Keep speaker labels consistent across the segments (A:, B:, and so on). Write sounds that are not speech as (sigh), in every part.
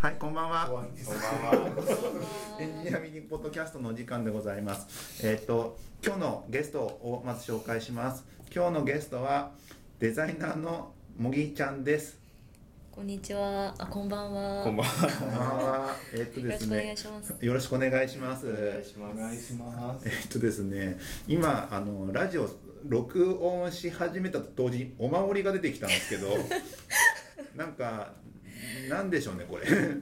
A: はい、こんばんは。
B: 怖いんです
C: こんばんは。
A: エンジニアミーティングポッドキャストのお時間でございます。えーっと、今日のゲストをまず紹介します。今日のゲストはデザイナーの茂木ちゃんです。
D: こんにちは。あ、こんばんは。
C: こんばんは。
A: こんばんは。 (laughs) えーっと
D: よろ
A: で
D: し
A: す
D: くお願
A: ね
D: い。します。
A: よろしくお願いします。
C: お願いしま
B: お
C: す。
B: 願いします
A: え。ーっとですね、今あのラジオ録音し始めたと同時にお守りが出てきたんですけ (laughs) ど、なんかなんでしょうねこれ。 (laughs)
D: はい、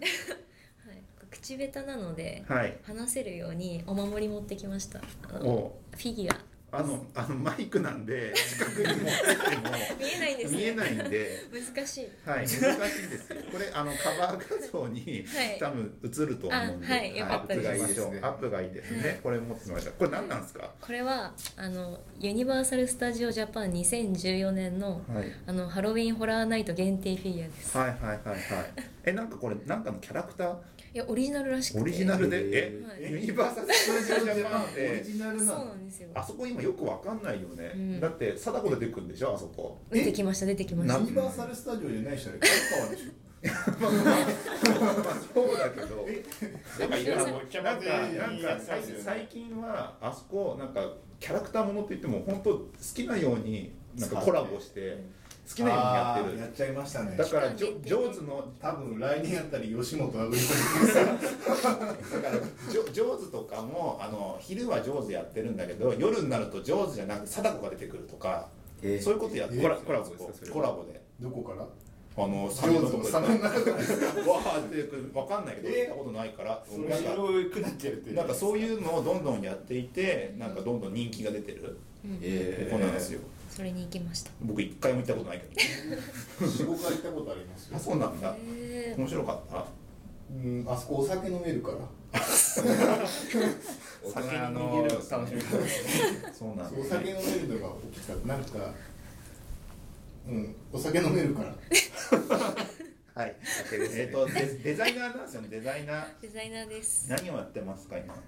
D: 口下手なので、
A: はい。
D: 話せるようにお守り持ってきました。あの
A: お
D: フィギュア。
A: あのあのマイクなんで近くに持ってっても。
D: 見えないんです、ね。
A: 見えないんで、
D: 難しい。 (laughs)
A: はい、難しいですよ。これあのカバー画像に
D: はい
A: 多分映ると思うんで、
D: あはいよかったです
A: アップがいいでしょう。アップがいいですね。これ持ってみました。これ何なんですか？
D: これは、あの、ユニバーサル・スタジオ・ジャパン2014年の、
A: はい。
D: あの、ハロウィン・ホラー・ナイト限定フィギュアです。
A: はいはいはいはい。えなんかこれなんかのキャラクタ
D: いや、オリジナルらしく
A: ー
D: て。
A: オリジナルでえ
B: え
D: はい
A: ユニバーサルスタジオジャパンっ
B: オリ
A: て
B: ジナ
D: そ
B: ル
D: う
B: な
D: な
B: の
D: んですよ。
A: あそこ今よくわかんないよね。
D: うん
A: だって貞子出てくるんでしょあそこ。
D: 出てきました、出てきまし
A: な
D: た。
B: ユ
D: は
B: ニバーサルスタジオじゃないでしょあれカッパーでしょ
A: まあまあまあそうだけ
D: (laughs)
A: ど。
C: なんかいろいろごちゃ
A: なん
C: 混
A: か
C: ぜに
A: なんか最近最近はあそこなんかキャラクターものって言っても本当好きなようになんかコラボして好きなように
B: あー
A: や
B: や
A: っ
B: っちゃいました
A: て
B: ね
A: るだからジョジョーズの
B: 多分来年あたり吉本あぐり込
A: だからジョジョーズとかもあの昼はジョーズやってるんだけど夜になるとジョーズじゃなくて貞子が出てくるとかそういうことやってる
B: コ
A: コ
B: ラ
C: コラ
A: ラ
C: ボ
A: ボ
C: ですかそれ
A: コラボで
B: むどこから
A: あの
B: ジョーズのサメの (laughs) 中で
A: わーって分かんないけど行ったことないから
C: そ
A: な
C: れ
A: んか
C: 広くなっちゃうって
A: なんかそう
C: う
A: いうのをどんどんやっていてなんかどんどん人気が出てる
D: うん
C: え
A: ここなんですよ
D: それに行きました。
A: 僕一回も行ったことないけど
B: 45回行ったことありますよ
A: あそうなんだ
D: えー
A: 面白かった
B: うんあそこお酒飲めるから
C: お酒に逃げるの楽しみ方
A: (laughs) そうなん
B: そうお
A: です
B: 酒飲
A: ね
B: めるのが起きたなんかうんお酒飲めるから
A: はいえっとデデザイナーなんですよねデザイナー
D: デザイナーです。
A: 何をやってますか今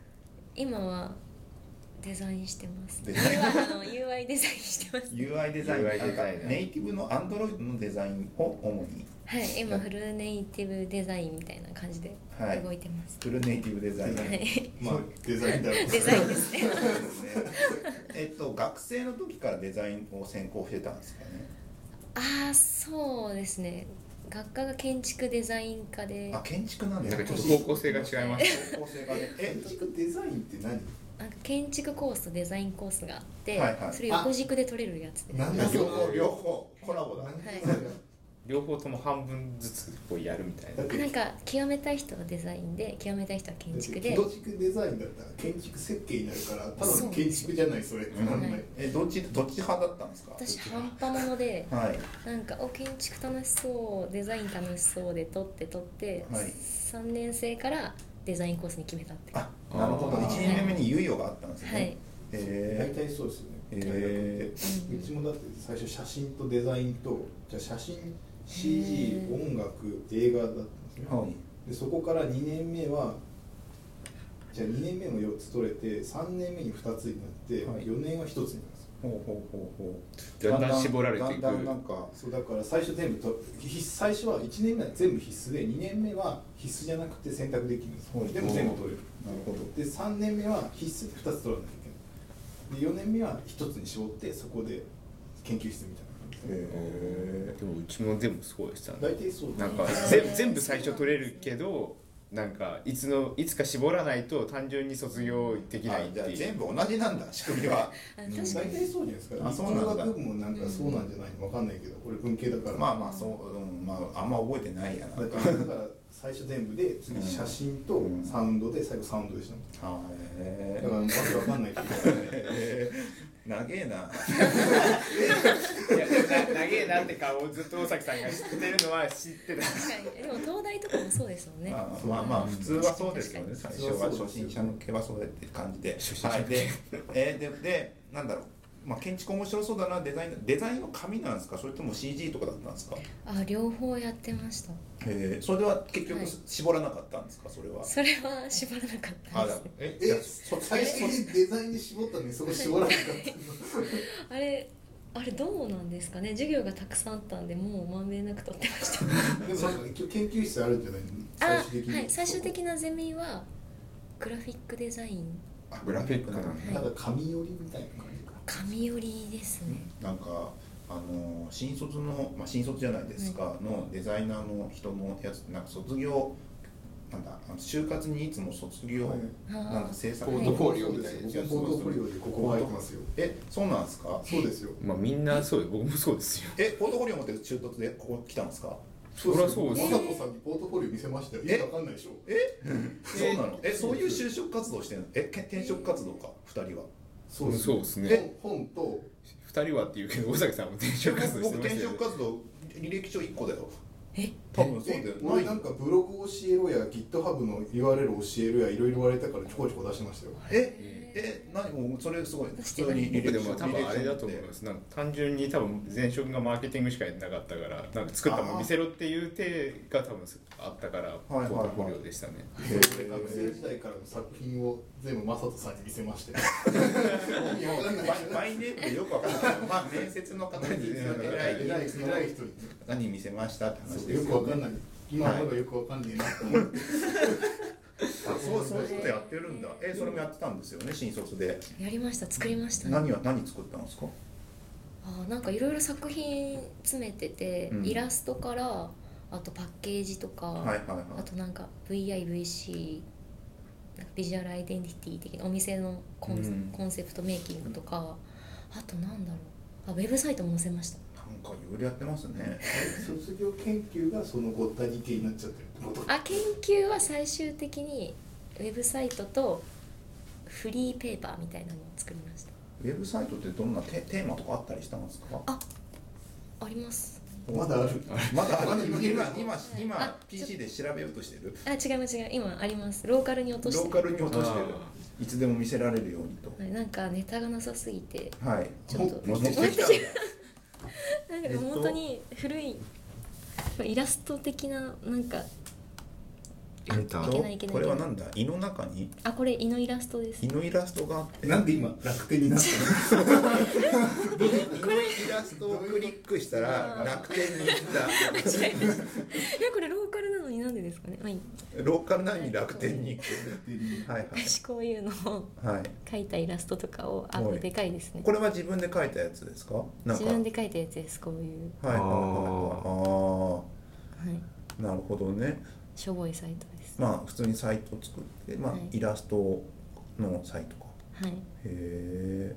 D: 今はデザインしてます。
A: デ
D: 今
A: ザイン
D: はあの UI デザインして
A: (laughs)
D: ます。
A: UI デザイン
C: UI デザイン
A: なんかネイティブのアンドロイドのデザインを主に
D: はい、今フルネイティブデザインみたいな感じで
A: はい
D: 動いてます。
A: フルネイティブデザイン、
D: はい、
B: まあデザインだろう
D: デザインですね。
A: (laughs) そうですね (laughs) えっと学生の時からデザインを専攻してたんですかね
D: ああ、そうですね。学科が建築デザイン科で、
A: あ建築なんです
C: なん
A: ね
C: かちょっと方向性が違いますね
A: 方向性がねえ
B: 建築デザインって何
D: なんか建築コースとデザインコースがあって、
A: はいはい
D: それ横軸で取れるやつです。
B: なんだそ
A: 両
B: こ
A: 方両方コラボだ
B: なんだ
D: はい
B: それ
C: 両方とも半分ずつこうやるみたいな
B: だっ
D: あ
B: て
D: なんか極めたい人はデザインで、極めたい人は建築で、
B: 建築デザインだったら建築設計になるからただの建築じゃないそれってなんない、
D: はい
A: えどっちどっち派だったんですか
D: 私半端者で。
A: はい
D: なんかお建築楽しそうデザイン楽しそうで撮って撮って、
A: はい
D: 3年生からデザインコースに決めたって
A: あなるほど
B: あー
A: 1年目に猶予があったんですね、
D: はい、
B: 大
A: え
B: 体そうですよね、
A: ー、え
B: うちもだって最初写真とデザインとじゃあ写真 CG
D: へー
B: 音楽映画だったんですね
A: ー、はい
B: でそこから2年目はじゃあ2年目も4つ取れて3年目に2つになって
A: はい
B: 4年は1つになるんですよ
A: ほうほうほうほう
C: だんだん絞られていく
A: だんだんなんか
B: そうだから最初全部とひ最初は1年目は全部必須で2年目は必須じゃなくて選択できるんです
A: はい
B: でも全部取れる
A: なるほど
B: で3年目は必須で2つ取らなきゃいけないで4年目は1つに絞ってそこで研究室みたいな感じで
A: え
C: でもうちも全部そうでしたね
B: 大体そうです
C: なんか
D: へ
C: ぜ
D: ー
C: 全部最初取れるけどなんかいつのいつか絞らないと単純に卒業でき
A: ー、
C: ない
A: あ
C: って
A: じゃあ
C: いう
A: 全部同じなんだ仕組みは
D: あ
B: うん
D: 確か
B: 大
D: に
B: 体そうじゃないですか
A: あそうなんだ
B: 理工学部もなんかそうなんじゃないのわかんないけど俺文系だから
A: まあまあそう、うん、まああんま覚えてないやな
B: だからだから最初全部で次写真と
A: うん
B: サウンドで最後サウンドでしたもん
A: は
B: だ
A: え
B: からわけわかんないけど
A: えー、長えな
C: いやな長えなって顔をずっと大崎さんが知ってるのは知ってた
D: 確かにでも東大とかもそうですもんね、
A: まあまあまあ普通はそうですよね最
B: 確か
A: 初
B: に
A: は初心者向けはそうやって感じで
C: 初心者
A: はいで,、えー、ででなんだろうまあ、建築面白そうだなデザインデザインは紙なんですかそれとも CG とかだったんですか
D: あ両方やってました
A: えー、それは結局
D: はい
A: 絞らなかったんですかそれは
D: それは絞らなかった
A: あ
D: で
A: だ
D: す
C: え
A: (laughs)
B: え最初にデザインで絞ったのにそこ絞らなかっ
D: あれあれどうなんですかね授業がたくさんあったんでもうまんべんなく取ってました
B: でもなんかきょ研究室あるんじゃないの最
D: あ
B: 終的に
D: はい最終的なゼミはグラフィックデザイン
B: あ
A: グラフィック
B: なんか
D: はい
B: なんか紙寄りみたいな感じか
D: 紙寄りですね
A: なんかあの新卒の、まあ、新卒じゃないですか、のデザイナーの人のやつなんか卒業なんだあの就活にいつも卒業、
B: はい
A: なんだ制作
D: ポートフォ
E: リオみたい
B: そ
E: な
B: うですよポートフォリオでここ入ってますよ
A: えそうなんですか
B: そうですよ
E: まあみんなそうよ僕もそうですよ
A: えポートフォリオ持ってる中途でここ来たんですか
E: そりゃそうで
B: よ
E: すよ
B: 雅子さんにポートフォリオ見せましたよ意
A: え
B: 味わかんないでしょ
A: えそうなのえそういう就職活動してるのえけ転職活動か二人は
B: そ
E: そうですね
B: え本と
E: 二人はっていうけど尾崎さんも転職活動して
A: 僕
E: まし
A: 転
E: たよね
A: 職活動履歴書一個だよ
D: え
A: 多分そうだ
B: え
A: よ
B: 俺
A: な
B: ないんかブログ教えろや GitHub の URL 教えるやいろいろ言われたからちょこちょこ出してましたよ
A: ええ何もうそれすごい普通に履
E: 僕で
A: 歴書
E: も多分あれだと思
A: 履歴書持っ
E: い
A: て
E: ますなんか単純に多分前職がマーケティングしかやってなかったからなんか作ったもん見せろっていう手が多分あったからポ
A: はい
E: ー
A: はい
E: トフォリオでしたね、
B: 俺学生時代からの作品を全部雅人さんに見せましたよ意味わかんない
A: バイバイネームでよくわかんない。まあ面接の方に偉い偉
B: 偉
A: い
B: い
A: 人
B: 人
A: の
B: 偉い人に
A: 方に見せましたって話で
B: よ
A: す
B: くわ
A: よ
B: かん
A: ね。
B: ない今思えばよくわかんねえなって思って
A: あそうそういうことやってるんだ。えそれもやってたんですよね新卒で。
D: やりました作りましたね
A: 何は何作ったんですか。
D: あーなんかいろいろ作品詰めてて、
A: うん
D: イラストからあとパッケージとか、
A: はいはいはい
D: あとなんか VIVC なんかビジュアルアイデンティティ的なお店のコン,、
A: うん
D: コンセプトメイキングとかあとなんだろうあウェブサイトも載せました
A: なんかいろいろやってますね。
B: (laughs) 卒業研究がそのごったに系になっちゃってるってこと
D: あ研究は最終的にウェブサイトとフリーペーパーみたいなのを作りました
A: ウェブサイトってどんなテテーマとかあったりしたんですか。
D: あります
B: まだある
A: まだある
B: まだ
A: 今今今
D: あ
A: PC で調べようとしてる。
D: あ違う違う今ありますローカルに落
A: ロ
D: として
A: ーカルに落としてる
E: あ。
A: いつでも見せられるようにと。
D: はいなんかネタがなさすぎて
A: はい。
D: ちょっと
A: も持ってきたんだ
D: なんかでも本当に古い、イラスト的ななんか
E: エンタ
D: ーいけないいけない
A: これはなんだ胃の中に
D: あこれ胃のイラストです
A: 胃のイラストがあって
B: なんで今楽天になったの
A: これイラストをクリックしたら楽天に行っ
D: (laughs) 違いましたえこれローカルなのになんでですかねまあいい
A: たローカルなのに楽天に行くはい
D: 私こういうのを
A: はい、はい、
D: 描いたイラストとかをあ
A: はい
D: でかいですね
A: これは自分で描いたやつですかなん
D: 自
A: か
D: 分で描いたやつですこういう
A: はいはいはいはい
D: はい
A: あーなるほどね
D: しょぼいサイトです
A: まあ普通にサイトを作って、まあ
D: はい
A: イラストのサイトか
D: はい
A: へえ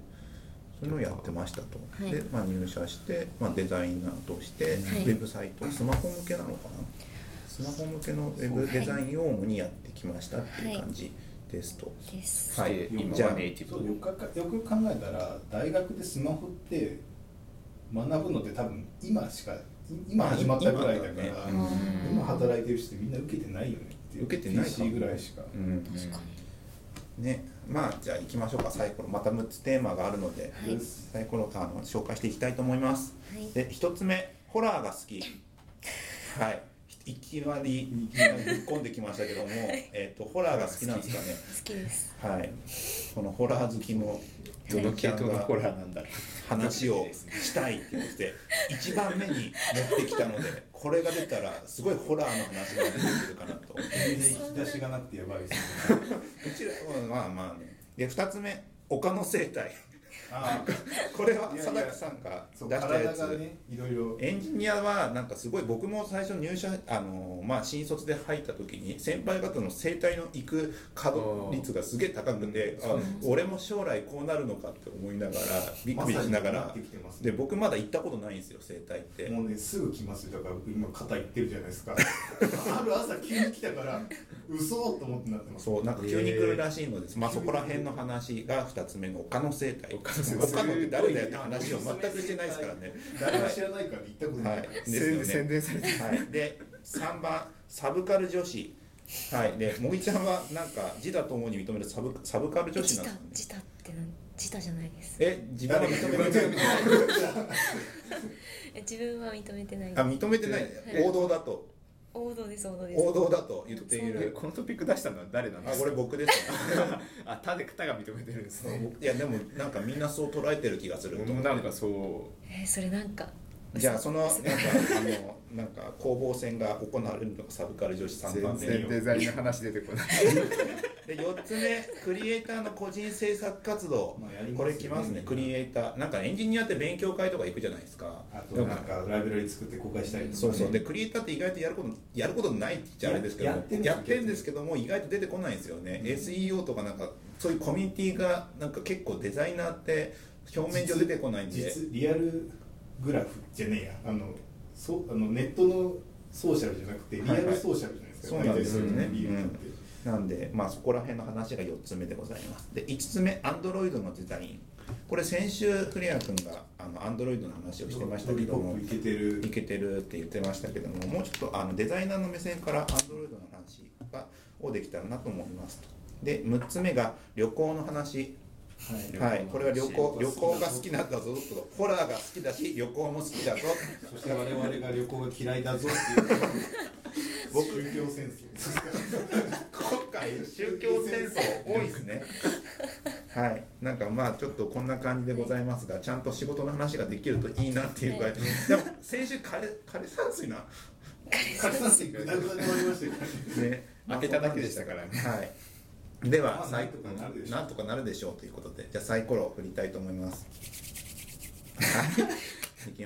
A: そういうのをやってましたと、
D: はい
A: で、まあ、入社して、まあ、デザイナーとして、
D: はい
A: ウェブサイトスマホ向けなのかなスマホ向けのウェブデザインを主にやってきましたっていう感じですと、
D: です
A: はい
E: で
A: じ
E: 今
A: ゃ
E: は
A: あ
E: ネイティ
B: そう
E: ブ
B: よくかよくよく考えたら大学でスマホって学ぶのって多分今しかい今始まったぐらいだか
A: 今
B: ら、
A: だね
D: うん
B: 今働いてる人みんな受けてないよねっていう
A: 受けてないか
B: PC ぐらいしか、
A: うん
D: 確か
A: ねまあじゃあ行きましょうかサイコロまた6つテーマがあるので、
D: はい
A: サイコロあの紹介していきたいと思います
D: にはい
A: で1つ目ホラーが好きはいいきなりいきなりぶっ込んできましたけども、えっとホラーが好きなんですかね
D: 好きです
A: はい、このホラー好きの
E: どの系統のホラ
A: ー
E: ーなんだろ
A: 話をしたいって言って一番目に持ってきたの (laughs) でこれが出たらすごいホラーの話が出てくるかなとう
B: 全然引き出しがなくてやばいですね
A: ちらはまあまあねで2つ目丘の生態
B: (laughs) ああ
A: これはい
B: やい
A: 佐
B: や
A: 々木さんが
B: そう
A: 出したや
B: 体
A: つ
B: がねいろいろ
A: エンジニアはなんかすごい僕も最初入社あのまあ新卒で入った時に先輩方の生態の行く稼働率がすげえ高くてあ俺も将来こうなるのかって思いながらビクビクしなが
B: ま
A: ら
B: さになってきてます
A: で
B: ね
A: 僕まだ行ったことないんですよ生態って
B: もうねすぐ来ますよだから僕今肩いってるじゃない
A: (laughs)
B: ですかある朝急に来たから嘘と思ってなってます
A: そうなんか急に来るらしいのです、まあそこら辺の話が2つ目の丘の生態丘のって誰だよって話を全くしてないですからね
B: 誰も知らないから行ったことな、
A: はいい、
E: う
A: ですよね
E: 宣伝されて
A: はい、で3番サブカル女子はいで茂木ちゃんはなんか自他ともに認めるサブサブカル女子
D: 自
A: なん
D: 他
A: です
D: 自他ってなん自他じゃないです
A: かねえ自分は認めてない
D: え自分は認めてない
A: あ認めてない
D: い
A: 王道だと
D: 王道です王道です
A: 王道だと言ってい
E: え
A: る
E: (laughs) このトピック出したのは誰なんで
A: あ
E: す
A: こ
E: か
A: れ僕ですね
E: あ他で他が認めてるんですね
A: いやでもなんかみんな (laughs) そう捉えてる気がすると
E: 僕
A: 思
E: も
A: う
E: なんかそう
D: えーそれなんか
A: じゃあそのなんかあのなんか攻防戦が行われるのがサブカル女子3番
E: 全
A: 目
E: 然デザインの話出て (laughs) こない
A: で4つ目クリエイターの個人制作活動、
B: まあやりますよね
A: これきますねクリエイターなんかエンジニアって勉強会とか行くじゃないですか
B: あとなんかライブラリ作って公開したりとか、ね、
A: そうそうでクリエイターって意外とやることやることないって言っちゃあれですけど
B: ややってるんです
A: やってるんですけども意外と出てこないんですよね、SEO とかなんかそういうコミュニティがなんか結構デザイナーって表面上出てこないんで
B: 実リアルグラフじゃねえやあのそあのネットのソーシャルじゃなくてリアルソーシャルじゃないですか、
A: はいはい
B: 大体
A: そうなんです
B: リ
A: よね
B: アルって、
A: なんでまあそこら辺の話が4つ目でございますで5つ目 Android のデザインこれ先週クレア君があの Android の話をしてましたけども
B: ロリポップいけてる
A: いけてるって言ってましたけどももうちょっとあのデザイナーの目線から Android の話がをできたらなと思いますとで6つ目が旅行の話
B: はい
A: はい、これは旅行旅行が好きなんだぞとホラーが好きだし旅行も好きだぞ
B: そして我々が旅行が嫌いだぞって
A: (laughs)
B: いう僕宗教戦争
A: 今回宗教戦争多いですねはいなんかまあちょっとこんな感じでございますがちゃんと仕事の話ができるといいなっていうぐらいでも先週枯れ枯れ山水な
B: カツさんってグダグダで終わりましたけ
A: ね
E: (laughs) 開けただけでしたからね
A: はいでは
B: まあ
A: サイ
B: なんとかなるでしょう
A: なんとかなるでしょうということでじゃあサイコロを振りたいと思います